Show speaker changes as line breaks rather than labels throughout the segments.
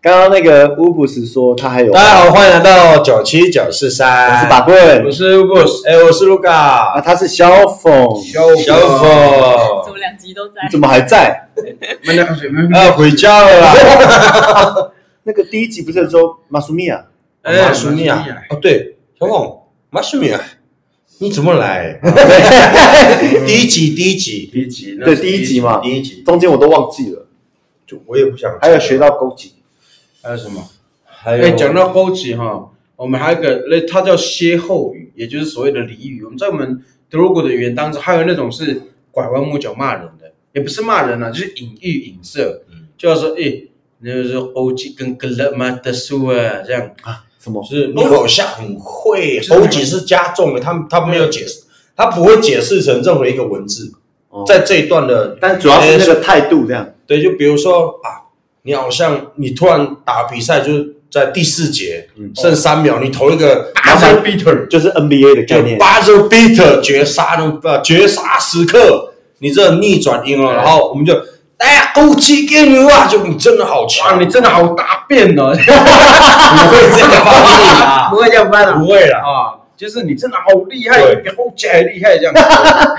刚刚那个乌布斯说他还有，
大家
我
好，欢迎来到九七九四三，
是法棍
我，是 Lucas，哎，我是卢
啊，
卡，
他是小凤，
小
怎
佛，
么两集都在
你？怎么还在？
闷两口水，闷
要啊回家了啦。
那个第一集不是说啊马苏米亚？
哎，苏尼亚，
啊
哦对，小凤，马苏尼亚，啊你怎么 来？第一集，第一集，
第一集，
对，第一集嘛，哎
第一集，
中间我都忘记了，
就我也不想。
还有学，到枸杞，
还有什么？
还有
哎，讲到枸杞哈，我们还有一个，那它叫歇后语，也就是所谓的俚语。我们在我们德鲁古的语言当中，还有那种是拐弯抹角骂人的，也不是骂人啊，就是隐喻、影射
嗯，
就要说哎，那就是欧几跟格勒玛的苏啊，这样
什么？
是你好像很会，
是
喉结是加重的，他们他没有解释，他不会解释成任何一个文字
哦，
在这一段的，
但主要是那个态度这样，
对，就比如说啊，你好像你突然打比赛，就是在第四节
嗯
剩三秒，你投一个
麻烦
beater，
就是 NBA 的概
就
念。
buzzer beater 绝杀的呃绝杀时刻，你这逆转赢了，然后我们就哎呀，枸杞给你啊，就你真的好
哇，
强，
啊你真的好大便哦，
不会这样吧
不会这样翻啊
不会啦，
啊。就是你真的好厉害，
对
比欧几还厉害这样，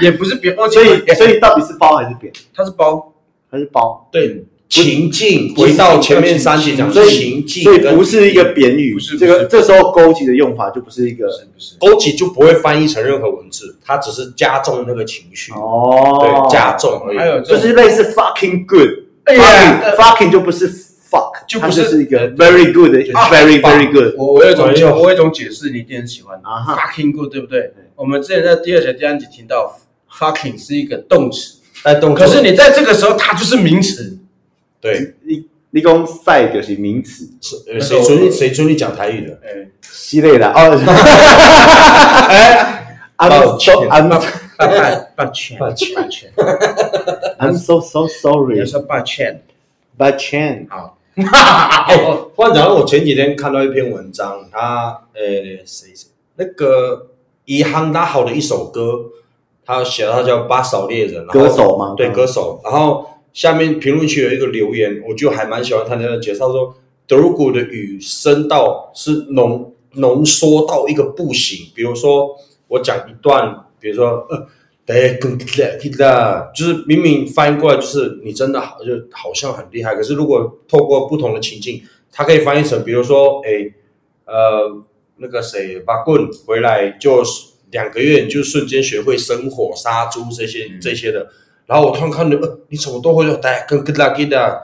也不是比欧几，
所以，所以到底是包还是扁？
它是包，
还是包？
对情境，回到前面三集讲
嗯所
的
以
情境，
所以不是一个贬语
不是，不
这
是
个这时候枸杞的用法就不是一个
不是？
枸杞就不会翻译成任何文字，它只是加重那个情绪，
哦
对，，加重而已。
还有
就
这种
是类似 fucking good。
哎
fucking
呀
fucking 就不是 fuck，
就
它
不
就是是一个 very good 的
啊
very very good
我我有一种
哎呦
我有一种解释，你一定很喜欢
啊哈
fucking good，对不对
对？
我们之前在第二节、第三集听到 fucking 是一个动词，
带动作，
可是你在这个时候它就是名词，
对，
你你讲赛就是名词
是呃谁准你谁准你讲台语的？
哎，
之类的哦。I'm 哎 so
抱歉
I'm
霸霸 霸权，
抱歉
霸权，
I'm so so
你
sorry,
要说霸权，
but Chan
好，
哎，忽然讲到我前几天看到一篇文章，他呃谁谁那个遗憾拉好的一首歌，他写他叫《八嫂猎人》，然后
歌手吗？
对歌手，然后下面评论区有一个留言，我就还蛮喜欢他那个介绍说，德国的语声道是浓浓缩到一个不行。比如说我讲一段，比如说呃，对，更啦，就是明明翻译过来就是你真的好，就好像很厉害，可是如果透过不同的情境，它可以翻译成，比如说哎，呃，那个谁把棍回来就。两个月你就瞬间学会生火、杀猪这些这些的，然后我突然看到，呃，你怎么都会说，哎，跟跟啦跟啦。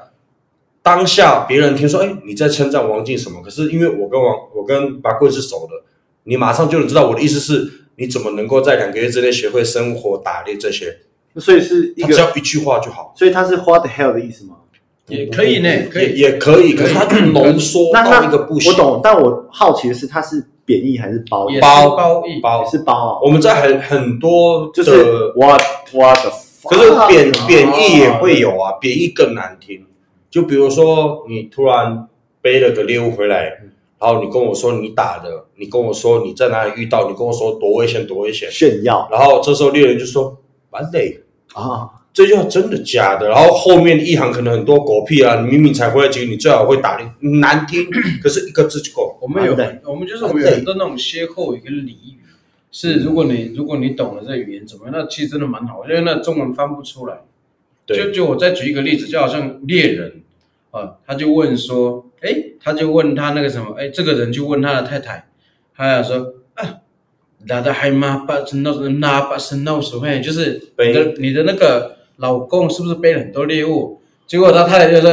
当下别人听说，哎，你在称赞王静什么？可是因为我跟王，我跟八贵是熟的，你马上就能知道我的意思是，你怎么能够在两个月之内学会生活、打猎这些？
所以是一
他只
个，
要一句话就好，
所以它是 What the hell 的意思吗？
也可以呢，可
也
以，
也可以。可是他就浓缩
那
到一
那
个不行。
我懂，但我好奇的是，它是贬义还是褒义？
也是
包
褒义，
包
也，是褒哦，
我们在很很多的，
就是 What What the fuck。
呃可是贬贬义也会有啊，贬义更难听。就比如说，你突然背了个猎物回来，然后你跟我说你打的，你跟我说你在哪里遇到，你跟我说多危险多危险，
炫耀
然后这时候猎人就说完嘞，
啊，
这句话真的假的？然后后面一行可能很多狗屁啊，你明明才回来几个月，你最好会打猎，难 听，可是一个字就够。
我们有
对
很，我们就是我们有很多那种歇后语跟俚语，是如果你如果你懂了这语言怎么样，那其实真的蛮好，因为那中文翻不出来。就
对，
就我再举一个例子，就好像猎人啊，他就问说，哎，他就问他那个什么，哎，这个人就问他的太太，他想说啊，打的还妈把是闹那把是闹什么？就是你的你的那个老公是不是背了很多猎物？结果他太太就说。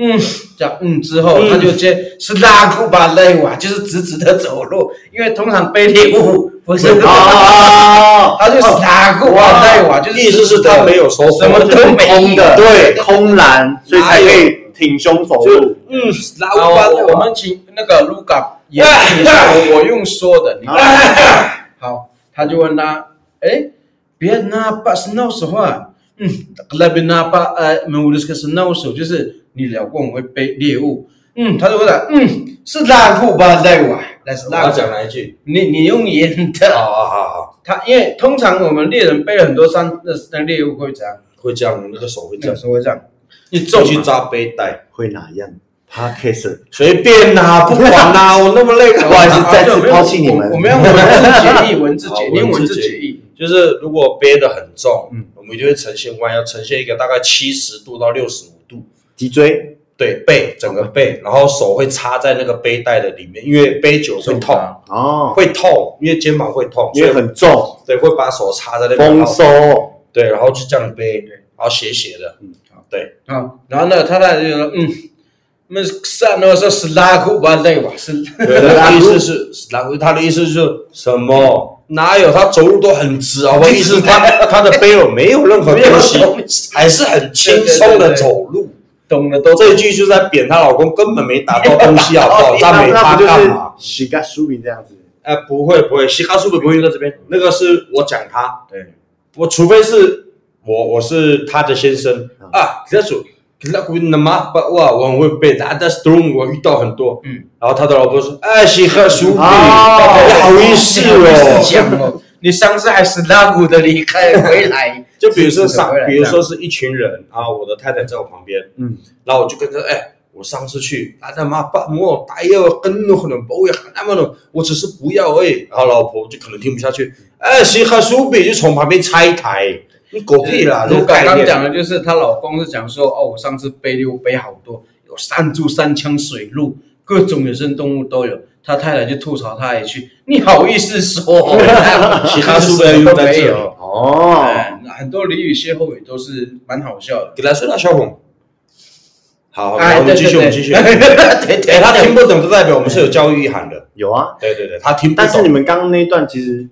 嗯，讲嗯之后，
嗯
他就接是拉库巴勒瓦，就是直直的走路，因为通常背猎物不是，
哦，
他就是拉库巴勒瓦，就是
哦意思是他没有收
什么都没有
空的，对，空篮，所以才可以挺胸走路。
嗯，老
然
板，
后我们请那个 Luca 演示一下，我我用说的，你
哎
好，他就问他，哎，别拿把是闹手话，嗯，那边拿把呃，门乌的是闹手，就是你老公会被猎物，嗯，他就回答，嗯，是拉库巴带我，那是
我
拉
要
库，
讲哪一句？啊
你你用演
好
的，
好好好，
他因为通常我们猎人背了很多山，那那猎物会怎样？嗯
会这样，那个手会这
有
样，
时候会这样，
一重去扎背带。
会哪样？ podcast，
随便啦、不管 啦、我那么累干
不好
嘛
意？
啊
思再次抛弃你们
我我们要文字 解译，文字
好
解译，用
文
文
字
字
解
解译。
就是如果背得很重，
嗯
我们就会呈现弯腰，呈现一个大概七十度到六十五度，
脊椎
对背整个背，然后手会插在那个背带的里面，因为背久会痛，
哦，
会痛，因为肩膀会痛，
因为
所以
很重，
对会把手插在那边，
丰
然后
收，
对，然后就这样背，然后斜斜的，
嗯
对，
啊，然后呢，他太太就说，嗯，那上那说是拉库巴累吧，是
对，他的 意思是，然后他的意思是什么？哪有他走路都很直，好不好？意 思是他他的背篓没有任何
没有
东西，
东西
还是很轻松的走路。
懂的都
这一句就是在扁她老公根本没打到东西，好不好？
那
赞美
那
他
不就
干
是
嘛？
洗个梳饼这样子？
哎，不会不会，西卡苏的不会用在这边，那个是我讲他，
对，
我除非是我我是他的先生
嗯
啊，这主。那我那么把哇，我很会背的，啊但是中我遇到很多，
嗯，哦
然后他的老婆说，哎，西卡苏比，
啊
不好意思哦，
讲哦，你上次还是拉古的离开回来，
就比如说上
是是是，
比如说是一群人啊，我的太太在我旁边，
嗯，
然后我就跟着，哎，我上次去，啊他妈把我打要跟我很不要那么的，我只是不要而已。然后老婆就可能听不下去，哎，西哈苏比就从旁边拆台，你狗屁啦，这
如
个
刚
概
刚讲
念。
的就是她老公是讲说，哦，我上次背六背好多，有山猪、山枪、水鹿，各种野生动物都有。她太太就吐槽她一句：“你好意思说？
西哈苏比
都
又在
没
这
有。
哦，
哦，
哎”很多俚语歇后语都是蛮好笑的。
给他睡了，小红。好，好
哎，
我
对
们继
对
续，
对，
我们继续。
对对，
哎，他听不懂，就代表我们是有教育意涵的。
有啊，
对对对，他听不懂。
但是你们刚刚那一段其实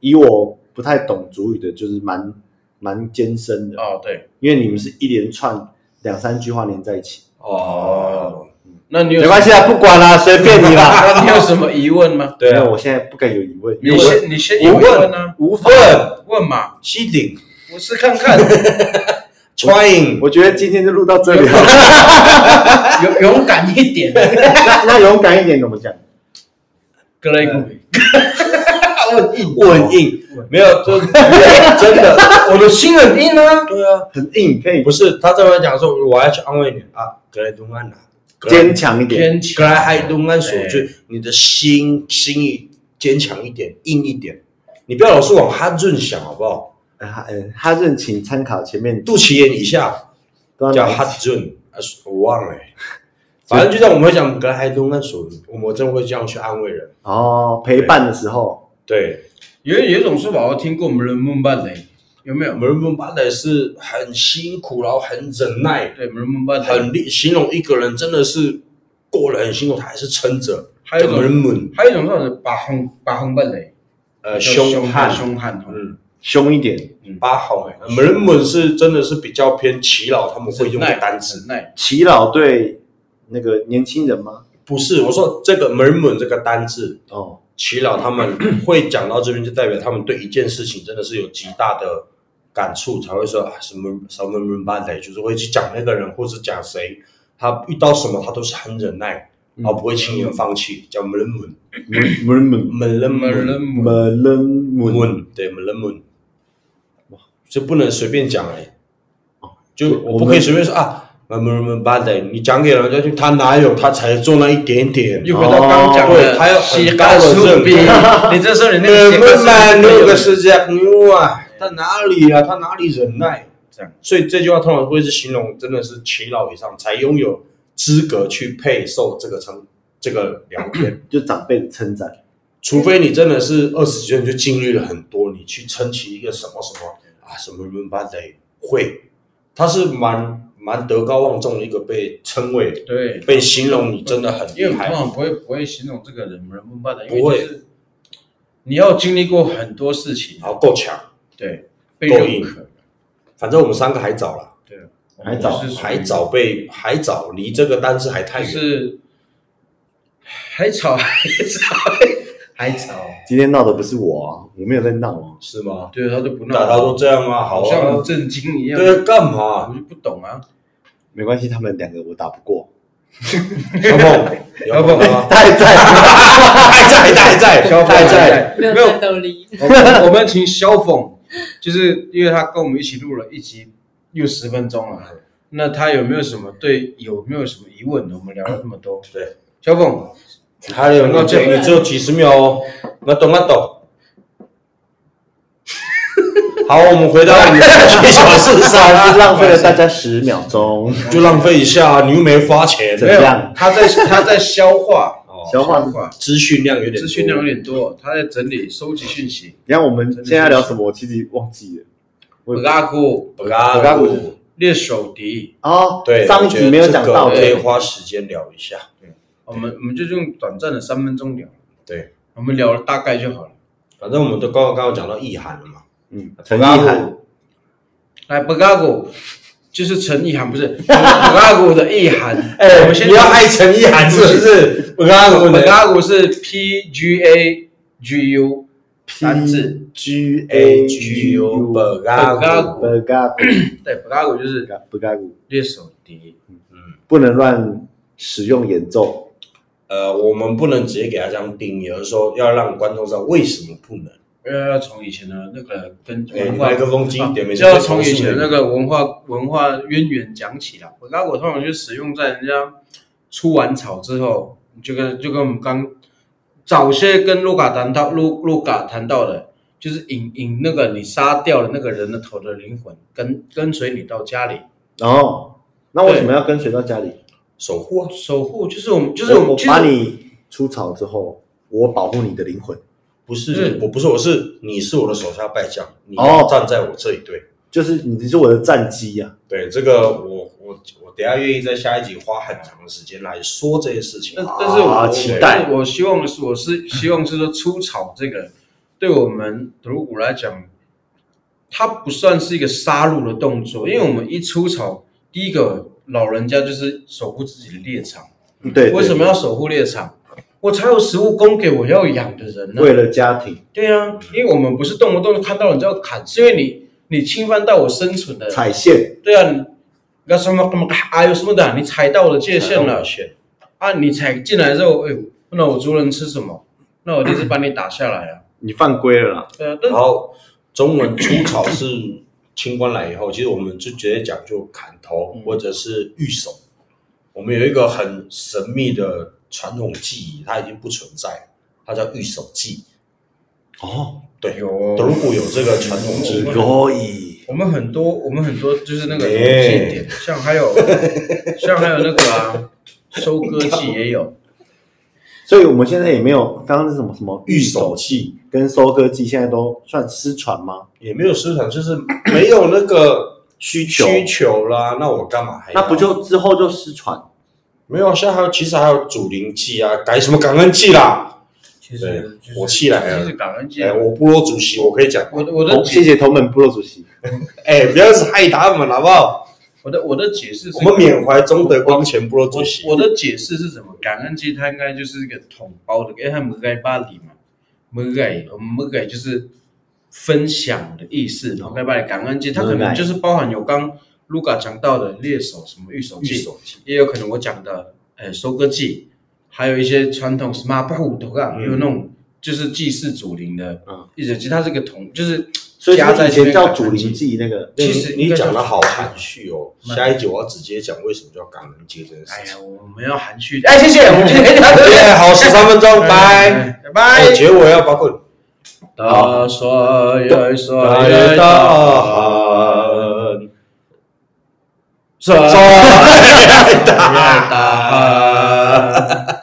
以我不太懂主语的，就是蛮蛮艰深的，
哦，对，
因为你们是一连串两三句话连在一起，
哦，
那你有
没关系啊，不管啦，随便你啦。
那你有什么疑问吗？
对
没
啊
有，，我现在不敢有疑问，因
你
为我
先你先有疑
无
问啊，
问无问，
问嘛，
西顶
我是看看
trying。
我觉得今天就录到这里了。
勇勇敢一点，
那那勇敢一点怎么讲？
格雷古比，我硬，
问硬，没有，就 真的，
我的心很硬啊。
对啊，
很硬，可以
不是他这边讲说，我要去安慰你啊，格莱东安呐，格莱
坚强一点。
天
格
气
莱海东安所就你的心心意坚强一点，硬一点，你不要老是往哈润想，好不好？
呃哈呃，哈润请参考前面
肚脐眼以下
都要
叫哈润，啊，我忘了欸，反正就像我们会讲格莱海东安所，我们真的会这样去安慰人，
哦，陪伴的时候，
对，
有有一种说法，我听过我们的孟巴雷，有没有
我？们班的是很辛苦，然后很忍耐，
对，我们的孟巴雷。
很厉形容一个人真的是过得很辛苦，他还是撑着，
还有一
叫
种，
们
还有一种说法是把红把红巴雷，
呃
叫
凶悍，
凶悍哦。
嗯，
凶一点，
八好哎，人们是真的是比较偏祈老他们会用的单词，
忍耐，
祈老对那个年轻人吗？
不是我说这个门门这个单字，
哦，
祈老 他们会讲到这边，就代表他们对一件事情真的是有极大的感触，才会说啊什么什么门班的，就是会去讲那个人或是讲谁，他遇到什么他都是很忍耐，
嗯
然后不会轻言放弃，叫门门
门门
门人
忍
门。
忍
门人门，
闷，对，闷闷，哇，就不能随便讲哎、就
哦我
我不可以随便说啊，闷闷闷巴的，你讲给人家听，他哪有，他才做那一点点，
又回到刚讲
哦
的，
对他有
洗
很
干
高的
树
认
比
可，
你这时候你那个
闷
洗
闷嘛，
干树比
那
有
个是这样牛啊，他哪里啊，他哪里忍耐，
这样，
所以这句话通常会是形容真的是耆老以上才拥有资格去配受这个称这个聊 天。
就长辈的称赞，
除非你真的是二十几岁你就经历了很多，你去撑起一个什么什么啊什么伦巴雷会，他是蛮蛮德高望重的一个被称谓，
对，
被形容你真的很
因
厉
为通
害。
常不会不会形容这个人人不办的，因
不
为
会
就是你要经历过很多事情，
好够强，
对，被
够
认
硬
可，
反正我们三个还早了，
对，我
还
们
早
就是属于
还，早被还早离这个单词还太
就
远。
是还早还早 还早，
今天闹的不是我啊，我没有在闹啊，
是吗？
对，他就不
大
闹，
家都这样啊，好啊
好像很，震惊一样，
对啊，干
我
嘛？
就不懂啊，
没关系，他们两个我打不过，
小凤，小凤啊，
他还在，
还在，还在，
小
还
凤
在，
没有
没有
战斗力。
我们我们请肖峰，就是因为他跟我们一起录了一集六十分钟了，那他有没有什么对有没有什么疑问呢？我们聊了这么多，
对，
小凤，
还有，那这你只有几十秒哦，我懂我懂。 好，我们回到你的技巧是
还
啥？
是浪费了大家十秒钟。
就浪费一下，你又没发钱，，
怎么样
他在他在消化
哦
消化是
化，
资讯量有点多
资讯量有点多，他在整理收集讯息。
你看我们现在要聊什么，我其实忘记了。我
布拉库
不干
干
不
猎手敌，
哦，
对，
上一
我觉
集
得
没有讲到
这个可以
的，
花时间聊一下。
我们我们就用短暂的三分钟聊，
对，
我们聊大概就好了。
反正我们都刚刚刚刚讲到意涵了嘛，
嗯，
不
陈意
干
涵，
来，布拉库就是陈意涵，不 是布拉库的意涵。
哎，
我
我
们
先
先
不要害陈意涵 是不是？不干不
布
干
拉库是 P G A G U 单字。
G
A
A
G
G
U
U
不
Bergagu
干。
不嘎
对，布拉古就是
不嘎古，
猎手敌，
不能乱使用演奏。
呃，我们不能直接给他这样定义，而是说要让观众知道为什么不能。
呃，要从以前的那个跟
哎，
文化
麦克风近一点，没事
啊就要从以前的那个文化文化渊源讲起啦。布拉古通常就使用在人家出完草之后，就跟就跟我们刚早些跟卢卡谈到卢卢卡谈到的，就是引引那个你杀掉了那个人的头的灵魂，跟跟随你到家里
然后，那为什么要跟随到家里？
守护啊，
守护，就是我们就是我
我
们
我把你出草之后，我保护你的灵魂，
不
是
是我，不是我是你是我的手下败将，你
哦
站在我这一队。
就是你是我的战机啊呀、
对这个我，我我等一下愿意在下一集花很长的时间来说这些事情
但。但是我、
啊
我
期待
但是我希望的是，我是希望是说出草这个，对我们德鲁古来讲，它不算是一个杀戮的动作，因为我们一出草，第一个老人家就是守护自己的猎场。
对对，
为什么要守护猎场？我才有食物供给我要养的人呢、
为了家庭
对啊，因为我们不是动不动就看到人就要砍，是因为你你侵犯到我生存的。
踩线？
对啊，你那什么什么哎呦什么的，你踩到我的界限了。
线，
啊，你才进来之后，哎呦，那我族人吃什么？那我就是把你打下来啊。
你犯规了啦！
对啊，
然
那
后中文出草是清官来以后，其实我们就直接讲就砍
嗯
头或者是御手。我们有一个很神秘的传统技艺，它已经不存在了，它叫御手技。
哦，
对，
有哦
德古有这个传统技艺。
可以，
我们很多，我们很多就是那个祭
耶
典，像还有像还有那个啊，收割季也有，
所以我们现在也没有刚刚是什么什么
御
预
手
手
器
器跟收割器，现在都算失传吗？
也没有市场，就是没有那个
需求，
需求啦。那我干嘛还要？
那不就之后就失传？
没有啊？现在还有，其实还有主灵祭啊，改什么感恩祭啦？
其
对
实就是
我气来了
就是感
嗯
恩节
哎，。我部落主席，我可以讲，
我的我
哦
的
谢
解
谢同门部落主席。
哎，不要是害他们好不好？
我的我的解释是，
我们缅怀中德光前部落主席
我。我的解释是什么？感恩节它应该就是一个统包的，因为它母盖巴里嘛，母盖我们母盖就是分享的意思，母盖巴里感恩节它可能就是包含有刚卢卡讲到的猎手什么御手
御
记，
手器，
也有可能我讲的呃收割记，还有一些传统什么巴虎头啊，
嗯
也有那种就是祭祀祖灵的
嗯
御手记，它是个统就是
所以
加在
以前
这边
叫
感
祖
恩
灵
祭，
记那个，
其实
你
应
你
该
讲
叫
的好含蓄哦。下一集我要直接讲为什么叫感恩节这件
哎
事
呀，
情。
我们要含蓄，哎，谢哎谢，我们今 天
耶，好，十三分钟，拜。
拜拜
哎，。结尾要包括。
大帅呀，帅
大
呀，
约大
大
喊，
帅
大
呀，
喊。
大。